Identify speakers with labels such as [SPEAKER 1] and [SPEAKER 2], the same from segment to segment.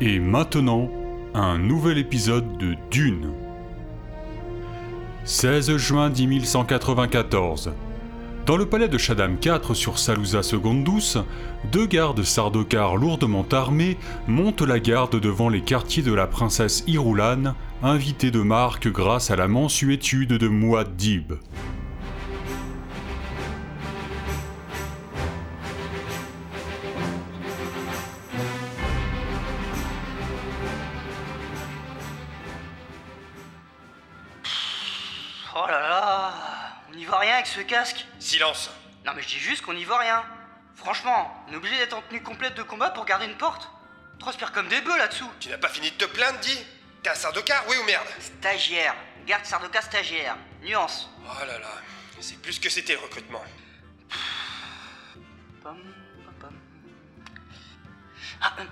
[SPEAKER 1] Et maintenant, un nouvel épisode de Dune. 16 juin 10194. Dans le palais de Shaddam IV sur Salousa Secondus, deux gardes sardocars lourdement armés montent la garde devant les quartiers de la princesse Irulan, invitée de marque grâce à la mansuétude de Muad'Dib.
[SPEAKER 2] Oh là là, on n'y voit rien avec ce casque.
[SPEAKER 3] Silence
[SPEAKER 2] Non mais je dis juste qu'on n'y voit rien. Franchement, on est obligé d'être en tenue complète de combat pour garder une porte. On transpire comme des bœufs là-dessous.
[SPEAKER 3] Tu n'as pas fini de te plaindre, dis T'es un sardocar, oui ou merde
[SPEAKER 2] Stagiaire, garde Sardoca stagiaire. Nuance.
[SPEAKER 3] Oh là là, c'est plus que c'était le recrutement.
[SPEAKER 2] Pam, pam, pam. Ah, euh,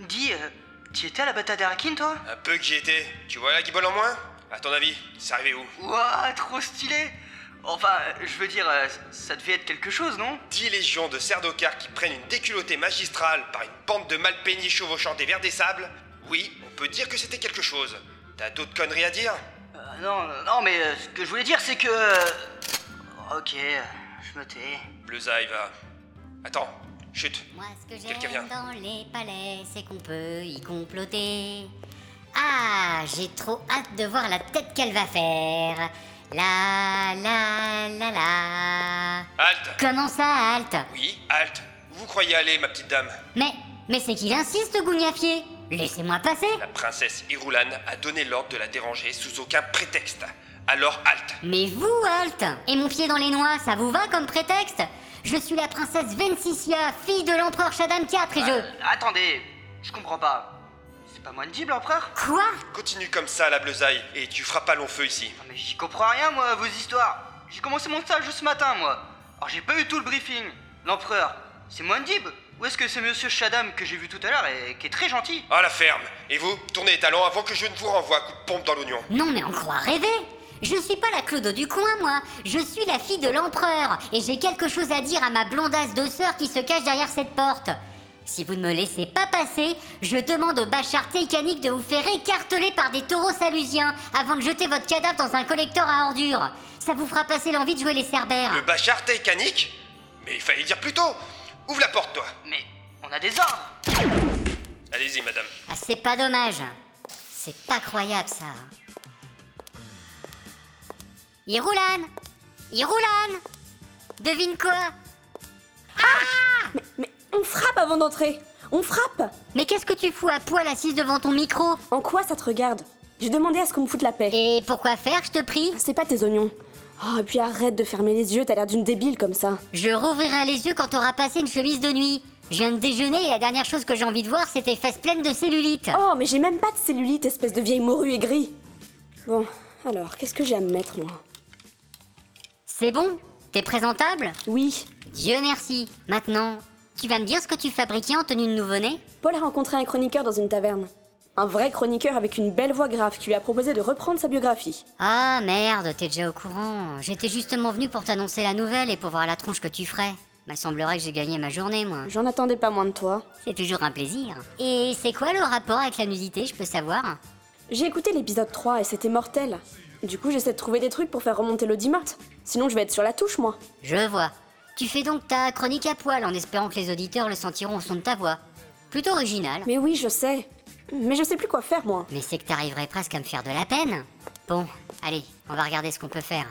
[SPEAKER 2] dis, euh, tu étais à la bataille d'Arakin toi
[SPEAKER 3] Un peu que j'y étais. Tu vois la guibole en moins À ton avis, c'est arrivé où
[SPEAKER 2] Ouah, trop stylé Enfin, euh, je veux dire, euh, ça devait être quelque chose, non
[SPEAKER 3] 10 légions de sardocars qui prennent une déculottée magistrale par une bande de malpeignés chevauchant des vers des sables Oui, on peut dire que c'était quelque chose. T'as d'autres conneries à dire
[SPEAKER 2] Euh, Non, non, mais euh, ce que je voulais dire c'est que... euh, Ok, euh, je me tais.
[SPEAKER 3] Bleuza, il va. Attends, chut.
[SPEAKER 4] Moi, ce que
[SPEAKER 3] Quelqu'un vient.
[SPEAKER 4] j'aime dans les palais, c'est qu'on peut y comploter. Ah, j'ai trop hâte de voir la tête qu'elle va faire. La la la la.
[SPEAKER 3] Halte
[SPEAKER 4] Comment ça, halte
[SPEAKER 3] Oui, halte. Où vous croyez aller, ma petite dame
[SPEAKER 4] Mais, mais c'est qu'il insiste, gougnafier. Laissez-moi passer.
[SPEAKER 3] La princesse Irulan a donné l'ordre de la déranger sous aucun prétexte. Alors halte
[SPEAKER 4] Mais vous, halte Et mon pied dans les noix, ça vous va comme prétexte Je suis la princesse Vencicia, fille de l'empereur Shaddam IV, et je...
[SPEAKER 2] Ah, Attendez, je comprends pas. C'est pas Moindib l'empereur
[SPEAKER 4] Quoi
[SPEAKER 3] Continue comme ça, la bleusaille, et tu feras pas long feu ici.
[SPEAKER 2] Non mais j'y comprends rien moi à vos histoires. J'ai commencé mon stage ce matin moi. Alors j'ai pas eu tout le briefing. L'empereur, c'est Moindib Ou est-ce que c'est monsieur Shaddam que j'ai vu tout à l'heure et qui est très gentil
[SPEAKER 3] À Ah, la ferme Et vous, tournez les talons avant que je ne vous renvoie à coup de pompe dans l'oignon.
[SPEAKER 4] Non mais on croit rêver Je suis pas la Clodo du coin, moi Je suis la fille de l'empereur Et j'ai quelque chose à dire à ma blondasse de sœur qui se cache derrière cette porte Si vous ne me laissez pas passer, je demande au bachar Teikanique de vous faire écarteler par des taureaux salusiens avant de jeter votre cadavre dans un collecteur à ordures Ça vous fera passer l'envie de jouer les
[SPEAKER 3] Le
[SPEAKER 4] cerbères
[SPEAKER 3] bachar Taïkanique Mais il fallait le dire plus tôt Ouvre la porte, toi
[SPEAKER 2] Mais on a des ordres
[SPEAKER 3] Allez-y, madame.
[SPEAKER 4] Ah, c'est pas dommage C'est pas croyable, ça Iroulane Iroulane Devine quoi
[SPEAKER 5] Mais on frappe avant d'entrer On frappe
[SPEAKER 4] Mais qu'est-ce que tu fous à poil assise devant ton micro
[SPEAKER 5] En quoi ça te regarde J'ai demandé à ce qu'on me foute la paix.
[SPEAKER 4] Et pourquoi faire, je te prie
[SPEAKER 5] C'est pas tes oignons. Oh, et puis arrête de fermer les yeux, t'as l'air d'une débile comme ça.
[SPEAKER 4] Je rouvrirai les yeux quand t'auras passé une chemise de nuit. Je viens de déjeuner et la dernière chose que j'ai envie de voir, c'est tes fesses pleines de cellulite.
[SPEAKER 5] Oh, mais j'ai même pas de cellulite, espèce de vieille morue aigrie. Bon, alors, qu'est-ce que j'ai à me mettre, moi
[SPEAKER 4] C'est bon T'es présentable
[SPEAKER 5] Oui,
[SPEAKER 4] Dieu merci. Maintenant, tu vas me dire ce que tu fabriquais en tenue de nouveau-né
[SPEAKER 5] Paul a rencontré un chroniqueur dans une taverne. Un vrai chroniqueur avec une belle voix grave qui lui a proposé de reprendre sa biographie.
[SPEAKER 4] Ah merde, t'es déjà au courant. J'étais justement venu pour t'annoncer la nouvelle et pour voir la tronche que tu ferais. Il semblerait que j'ai gagné ma journée, moi.
[SPEAKER 5] J'en attendais pas moins de toi.
[SPEAKER 4] C'est toujours un plaisir. Et c'est quoi le rapport avec la nudité, je peux savoir
[SPEAKER 5] J'ai écouté l'épisode 3 et c'était mortel. Du coup, j'essaie de trouver des trucs pour faire remonter l'audimat. Sinon, je vais être sur la touche, moi.
[SPEAKER 4] Je vois. Tu fais donc ta chronique à poil en espérant que les auditeurs le sentiront au son de ta voix. Plutôt original.
[SPEAKER 5] Mais oui, je sais. Mais je sais plus quoi faire, moi.
[SPEAKER 4] Mais c'est que t'arriverais presque à me faire de la peine. Bon, allez, on va regarder ce qu'on peut faire.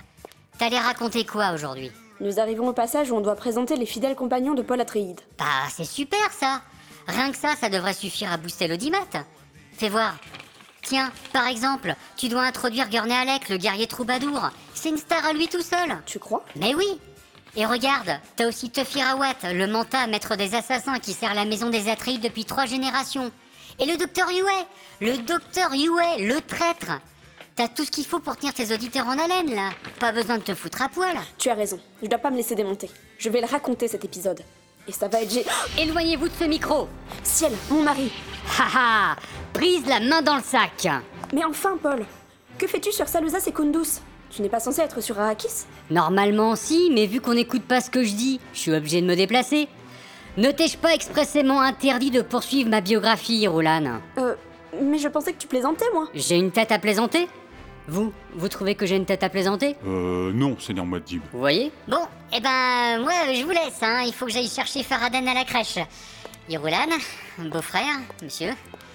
[SPEAKER 4] T'allais raconter quoi aujourd'hui
[SPEAKER 5] Nous arrivons au passage où on doit présenter les fidèles compagnons de Paul Atréide.
[SPEAKER 4] Bah, c'est super ça Rien que ça, ça devrait suffire à booster l'audimat. Fais voir. Tiens, par exemple, tu dois introduire Gurney Alec, le guerrier troubadour. C'est une star à lui tout seul.
[SPEAKER 5] Tu crois
[SPEAKER 4] Mais oui Et regarde, t'as aussi Tuffy Rawat, le manta maître des assassins qui sert la maison des Atreides depuis trois générations. Et le docteur Yue Le docteur Yue, le traître T'as tout ce qu'il faut pour tenir tes auditeurs en haleine, là Pas besoin de te foutre à poil
[SPEAKER 5] Tu as raison. Je dois pas me laisser démonter. Je vais le raconter cet épisode. Et ça va être gé... Oh
[SPEAKER 4] Éloignez-vous de ce micro
[SPEAKER 5] Ciel, mon mari
[SPEAKER 4] Haha Prise la main dans le sac
[SPEAKER 5] Mais enfin, Paul Que fais-tu sur Salusa et Kunduz Tu n'es pas censé être sur Arrakis
[SPEAKER 4] Normalement si, mais vu qu'on n'écoute pas ce que je dis, je suis obligé de me déplacer. Ne t'ai-je pas expressément interdit de poursuivre ma biographie, Roulane
[SPEAKER 5] Euh, mais je pensais que tu plaisantais, moi.
[SPEAKER 4] J'ai une tête à plaisanter Vous, vous trouvez que j'ai une tête à plaisanter
[SPEAKER 1] Euh, non, Seigneur Muad'Dib.
[SPEAKER 4] Vous voyez
[SPEAKER 6] Bon, eh ben, moi, je vous laisse, hein. Il faut que j'aille chercher Faradan à la crèche. Irulan, beau-frère, monsieur.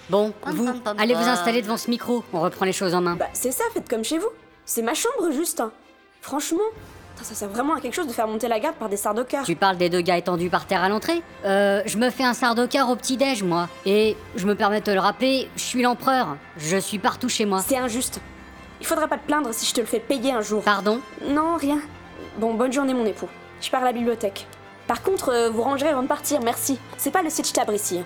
[SPEAKER 4] Bon,
[SPEAKER 6] Pom,
[SPEAKER 4] vous,
[SPEAKER 6] pom, pom,
[SPEAKER 4] allez vous
[SPEAKER 6] pom.
[SPEAKER 4] installer devant ce micro, on reprend les choses en main.
[SPEAKER 5] Bah, c'est ça, faites comme chez vous. C'est ma chambre, juste. hein. Franchement, putain, ça sert vraiment à quelque chose de faire monter la garde par des sardocards.
[SPEAKER 4] Tu parles des deux gars étendus par terre à l'entrée Euh, je me fais un sardocar au petit-déj, moi. Et, je me permets de te le rappeler, je suis l'empereur. Je suis partout chez moi.
[SPEAKER 5] C'est injuste. Il faudra pas te plaindre si je te le fais payer un jour.
[SPEAKER 4] Pardon
[SPEAKER 5] Non, rien. Bon, bonne journée, mon époux. Je pars à la bibliothèque. Par contre, euh, vous rangerez avant de partir, merci. C'est pas le sitch tab ici. hein.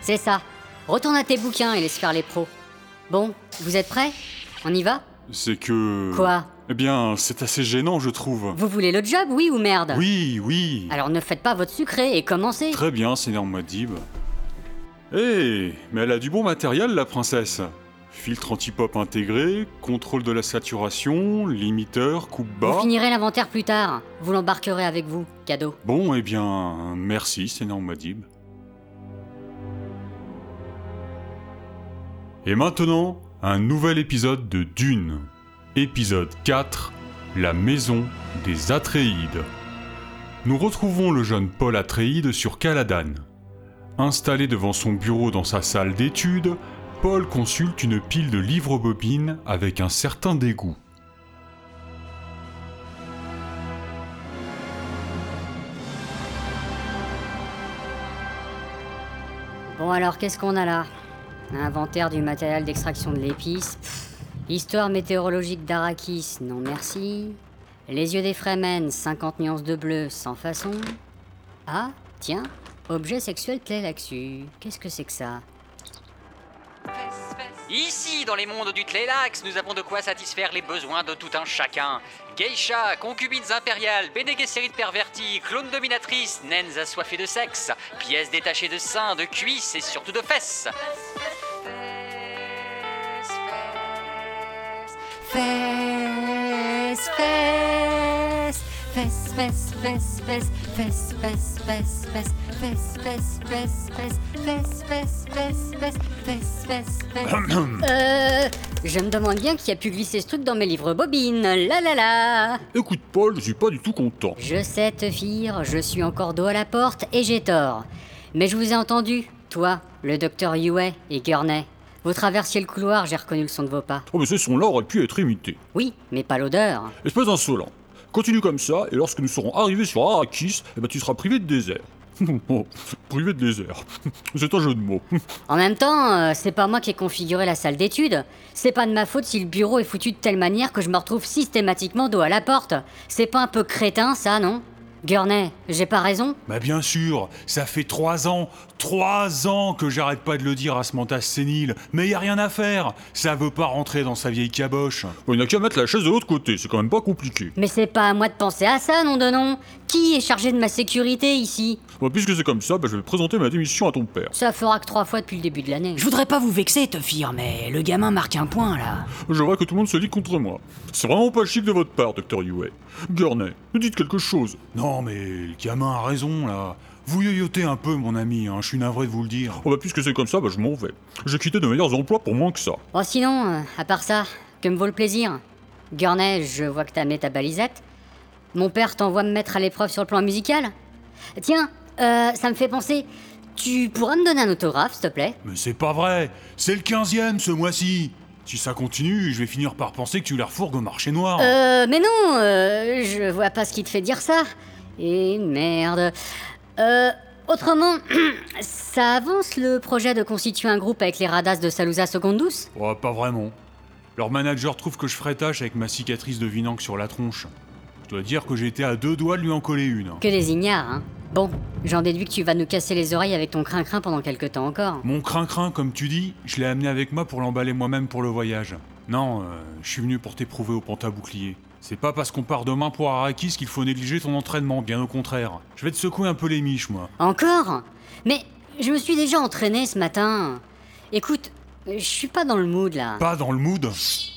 [SPEAKER 4] C'est ça. Retourne à tes bouquins et laisse faire les pros. Bon, vous êtes prêts On y va
[SPEAKER 1] C'est que.
[SPEAKER 4] Quoi
[SPEAKER 1] Eh bien, c'est assez gênant, je trouve.
[SPEAKER 4] Vous voulez le job, oui ou merde
[SPEAKER 1] Oui, oui.
[SPEAKER 4] Alors ne faites pas votre sucré et commencez.
[SPEAKER 1] Très bien, Seigneur Muad'Dib. Hé, mais elle a du bon matériel, la princesse. Filtre anti-pop intégré, contrôle de la saturation, limiteur, coupe
[SPEAKER 4] Vous
[SPEAKER 1] bas.
[SPEAKER 4] finirez l'inventaire plus tard. Vous l'embarquerez avec vous. Cadeau.
[SPEAKER 1] Bon, eh bien, merci, Seigneur Muad'Dib. Et maintenant, un nouvel épisode de Dune. Épisode 4, La maison des Atréides. Nous retrouvons le jeune Paul Atréide sur Caladan. Installé devant son bureau dans sa salle d'études, Paul consulte une pile de livres bobines avec un certain dégoût.
[SPEAKER 4] Bon alors, qu'est-ce qu'on a là Inventaire du matériel d'extraction de l'épice. Pff, Histoire météorologique d'Arakis, non merci. Les yeux des Fremen, 50 nuances de bleu, sans façon. Ah, tiens, objet sexuel clé là-dessus. Qu'est-ce que c'est que ça
[SPEAKER 7] Ici, dans les mondes du Tlélax, nous avons de quoi satisfaire les besoins de tout un chacun. Geisha, concubines impériales, Bene Gesserit perverties, clones dominatrices, naines assoiffées de sexe, pièces détachées de seins, de cuisses et surtout de fesses.
[SPEAKER 8] Fess, fess, fess, fess, fess, fess, fess, fess, fess, fess, fess, fess, fess, fess, fess, fess, fess, fess, fess, fess, fess.
[SPEAKER 4] Euh... Je me demande bien qui a pu glisser ce truc dans mes livres bobines. La la la
[SPEAKER 1] Écoute, Paul, je suis pas du tout content.
[SPEAKER 4] Je sais te fire, je suis encore dos à la porte et j'ai tort. Mais je vous ai entendu, toi, le docteur Huey et Gurney. Vous traversiez le couloir, j'ai reconnu le son de vos pas.
[SPEAKER 9] Oh, mais ce son-là aurait pu être imité.
[SPEAKER 4] Oui, mais pas l'odeur.
[SPEAKER 9] Espèce insolent. Continue comme ça, et lorsque nous serons arrivés sur Arrakis, eh ben, tu seras privé de désert. Oh, privé de désert. C'est un jeu de mots.
[SPEAKER 4] En même temps, euh, c'est pas moi qui ai configuré la salle d'études. C'est pas de ma faute si le bureau est foutu de telle manière que je me retrouve systématiquement dos à la porte. C'est pas un peu crétin, ça, non Gurney, j'ai pas raison
[SPEAKER 1] Bah bien sûr, ça fait trois ans, trois ans que j'arrête pas de le dire à ce mentas sénile, mais y a rien à faire, ça veut pas rentrer dans sa vieille caboche.
[SPEAKER 9] Bon, il n'a qu'à mettre la chaise de l'autre côté, c'est quand même pas compliqué.
[SPEAKER 4] Mais c'est pas à moi de penser à ça, nom de nom Qui est chargé de ma sécurité ici
[SPEAKER 9] Bon, puisque c'est comme ça, ben, je vais présenter ma démission à ton père.
[SPEAKER 4] Ça fera que trois fois depuis le début de l'année.
[SPEAKER 10] Je voudrais pas vous vexer, Teufir, mais le gamin marque un point là.
[SPEAKER 9] Je vois que tout le monde se lie contre moi. C'est vraiment pas chic de votre part, docteur Huey. Gurney, nous dites quelque chose.
[SPEAKER 1] Non mais le gamin a raison là, vous yoyotez un peu mon ami, hein, je suis navré de vous le dire.
[SPEAKER 9] Oh, bah, puisque c'est comme ça, ben, je m'en vais. J'ai quitté de meilleurs emplois pour moins que ça.
[SPEAKER 4] Bon, sinon, euh, à part ça, que me vaut le plaisir Gurney, je vois que t'as mis ta balisette. Mon père t'envoie me mettre à l'épreuve sur le plan musical Tiens, euh, ça me fait penser. Tu pourras me donner un autographe, s'il te plaît
[SPEAKER 1] Mais c'est pas vrai, c'est le 15ème ce mois-ci. Si ça continue, je vais finir par penser que tu la refourgues au marché noir.
[SPEAKER 4] Euh, mais non, euh, je vois pas ce qui te fait dire ça. Et merde. Euh, autrement, ça avance le projet de constituer un groupe avec les radas de Salusa Secondus
[SPEAKER 1] Oh, pas vraiment. Leur manager trouve que je ferai tâche avec ma cicatrice de Vinanque sur la tronche. Je dois dire que j'ai été à deux doigts de lui en coller une.
[SPEAKER 4] Que des ignares, hein. Bon, j'en déduis que tu vas nous casser les oreilles avec ton crin-crin pendant quelques temps encore.
[SPEAKER 1] Mon crin-crin, comme tu dis, je l'ai amené avec moi pour l'emballer moi-même pour le voyage. Non, euh, je suis venu pour t'éprouver au pantabouclier. C'est pas parce qu'on part demain pour Arrakis qu'il faut négliger ton entraînement, bien au contraire. Je vais te secouer un peu les miches, moi.
[SPEAKER 4] Encore Mais je me suis déjà entraîné ce matin. Écoute, Je suis pas dans le mood là.
[SPEAKER 1] Pas dans le mood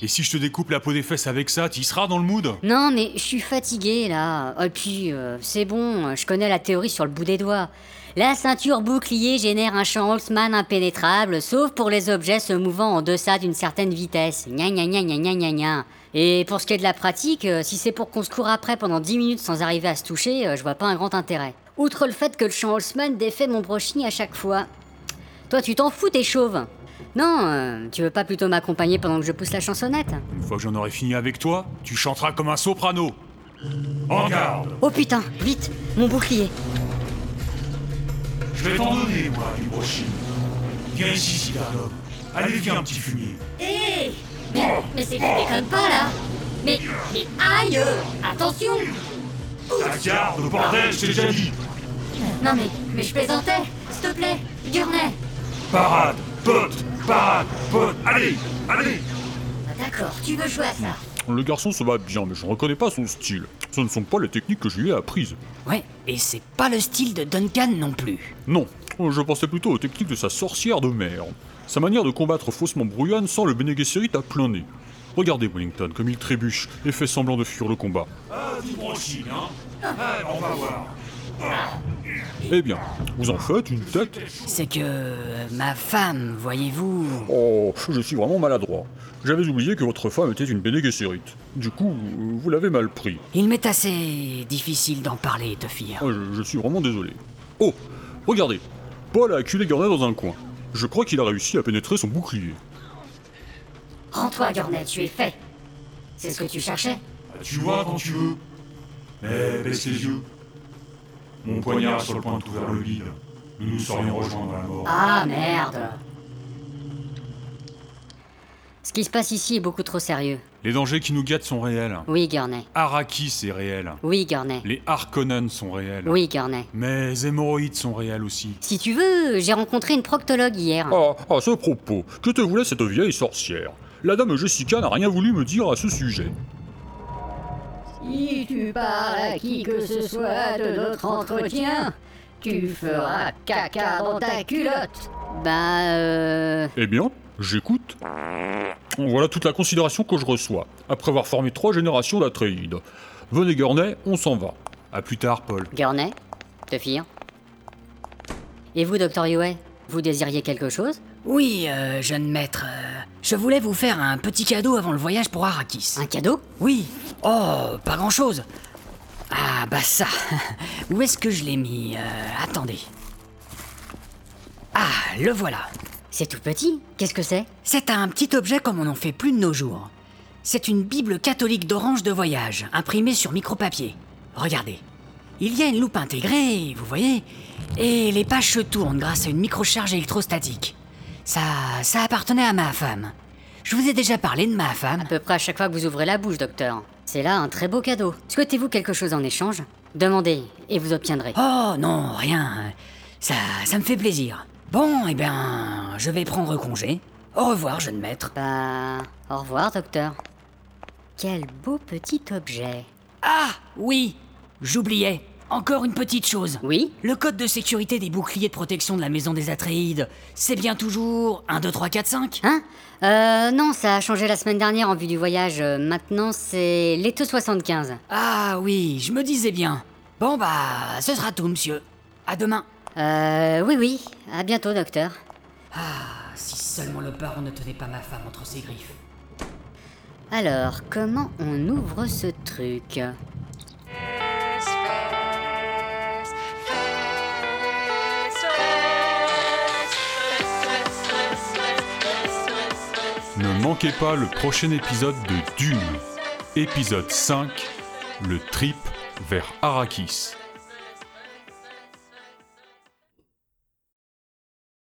[SPEAKER 1] Et si je te découpe la peau des fesses avec ça, t'y seras dans le mood
[SPEAKER 4] Non, mais je suis fatigué là. Et puis, euh, c'est bon, je connais la théorie sur le bout des doigts. La ceinture bouclier génère un champ Holtzmann impénétrable, sauf pour les objets se mouvant en deçà d'une certaine vitesse. Gna gna gna gna gna gna gna. Et pour ce qui est de la pratique, euh, si c'est pour qu'on se court après pendant 10 minutes sans arriver à se toucher, euh, je vois pas un grand intérêt. Outre le fait que le champ Holtzmann défait mon brochini à chaque fois. Toi, tu t'en fous, t'es chauve Non, euh, tu veux pas plutôt m'accompagner pendant que je pousse la chansonnette
[SPEAKER 1] Une fois que j'en aurai fini avec toi, tu chanteras comme un soprano En garde
[SPEAKER 4] Oh putain, vite, mon bouclier
[SPEAKER 1] Je vais t'en donner, moi, du brochet. Viens ici, Citadop. Allez, viens, petit fumier.
[SPEAKER 4] Hé mais, mais c'est que déconne pas là Mais, mais aïe Attention
[SPEAKER 1] La garde, bordel, je t'ai déjà dit
[SPEAKER 4] Non mais, mais je plaisantais S'il te plaît, Gurney
[SPEAKER 1] Parade, pote, parade, pote, allez, allez
[SPEAKER 10] Ah,
[SPEAKER 4] D'accord, tu veux jouer à ça
[SPEAKER 9] Le garçon se bat bien, mais je ne reconnais pas son style. Ce ne sont pas les techniques que je lui ai apprises.
[SPEAKER 10] Ouais, et c'est pas le style de Duncan non plus.
[SPEAKER 9] Non, je pensais plutôt aux techniques de sa sorcière de mer. Sa manière de combattre faussement Brouillan sans le Bene Gesserit à plein nez. Regardez Wellington comme il trébuche et fait semblant de fuir le combat.
[SPEAKER 1] Ah, du brochet, hein on va voir.
[SPEAKER 9] Eh bien, vous en faites une tête
[SPEAKER 10] C'est que euh, ma femme, voyez-vous,
[SPEAKER 9] Oh, je suis vraiment maladroit. J'avais oublié que votre femme était une Bene Gesserit. Du coup, euh, vous l'avez mal pris.
[SPEAKER 10] il m'est assez difficile d'en parler, Tofir.
[SPEAKER 9] Oh, je, je suis vraiment désolé. Oh, regardez. Paul a acculé Garnet dans un coin. Je crois qu'il a réussi à pénétrer son bouclier.
[SPEAKER 4] Rends-toi, Gurney, tu es fait C'est ce que tu cherchais
[SPEAKER 1] Bah, Tu vois quand tu veux. Mais baisse les yeux. Mon poignard est sur le point de tout vers le vide. Nous nous serions rejoints dans la mort.
[SPEAKER 4] Ah merde Ce qui se passe ici est beaucoup trop sérieux.
[SPEAKER 1] Les dangers qui nous guettent sont réels.
[SPEAKER 4] Oui, Gurney.
[SPEAKER 1] Arrakis est réel.
[SPEAKER 4] Oui, Gurney.
[SPEAKER 1] Les Harkonnen sont réels.
[SPEAKER 4] Oui, Gurney.
[SPEAKER 1] Mais les hémorroïdes sont réels aussi.
[SPEAKER 4] Si tu veux, j'ai rencontré une proctologue hier.
[SPEAKER 9] Ah, à ce propos, que te voulait cette vieille sorcière La dame Jessica n'a rien voulu me dire à ce sujet.
[SPEAKER 4] Si tu parles à qui que ce soit de notre entretien, tu feras caca dans ta culotte. Bah euh...
[SPEAKER 9] Eh bien, j'écoute. Voilà toute la considération que je reçois, après avoir formé trois générations d'Atréides. Venez Garnet, on s'en va.
[SPEAKER 1] À plus tard, Paul.
[SPEAKER 4] Garnet, te fire. Et vous, docteur Yue, vous désiriez quelque chose
[SPEAKER 10] Oui, euh, jeune maître, euh, je voulais vous faire un petit cadeau avant le voyage pour Arrakis.
[SPEAKER 4] Un cadeau
[SPEAKER 10] Oui. Oh, pas grand-chose. Ah, bah ça. Où est-ce que je l'ai mis Euh, Attendez. Ah, le voilà.
[SPEAKER 4] C'est tout petit. Qu'est-ce que c'est
[SPEAKER 10] C'est un petit objet comme on n'en fait plus de nos jours. C'est une Bible catholique d'orange de voyage, imprimée sur micropapier. Regardez. Il y a une loupe intégrée, vous voyez, et les pages se tournent grâce à une microcharge électrostatique. Ça, ça appartenait à ma femme. Je vous ai déjà parlé de ma femme.
[SPEAKER 4] À peu près à chaque fois que vous ouvrez la bouche, docteur. C'est là un très beau cadeau. Souhaitez-vous quelque chose en échange Demandez et vous obtiendrez.
[SPEAKER 10] Oh non, rien. Ça, ça me fait plaisir. Bon, eh bien, je vais prendre congé. Au revoir, jeune maître.
[SPEAKER 4] Bah, au revoir, docteur. Quel beau petit objet.
[SPEAKER 10] Ah, oui, j'oubliais. Encore une petite chose.
[SPEAKER 4] Oui
[SPEAKER 10] Le code de sécurité des boucliers de protection de la maison des Atréides, c'est bien toujours 1, 2, 3, 4, 5
[SPEAKER 4] Hein Euh, non, ça a changé la semaine dernière en vue du voyage. Euh, Maintenant, c'est l'été 75.
[SPEAKER 10] Ah oui, je me disais bien. Bon bah, ce sera tout, monsieur. À demain.
[SPEAKER 4] Euh, oui, oui. À bientôt, docteur.
[SPEAKER 10] Ah, si seulement le baron ne tenait pas ma femme entre ses griffes.
[SPEAKER 4] Alors, comment on ouvre ce truc
[SPEAKER 1] Ne manquez pas le prochain épisode de Dune. Épisode 5, le trip vers Arrakis.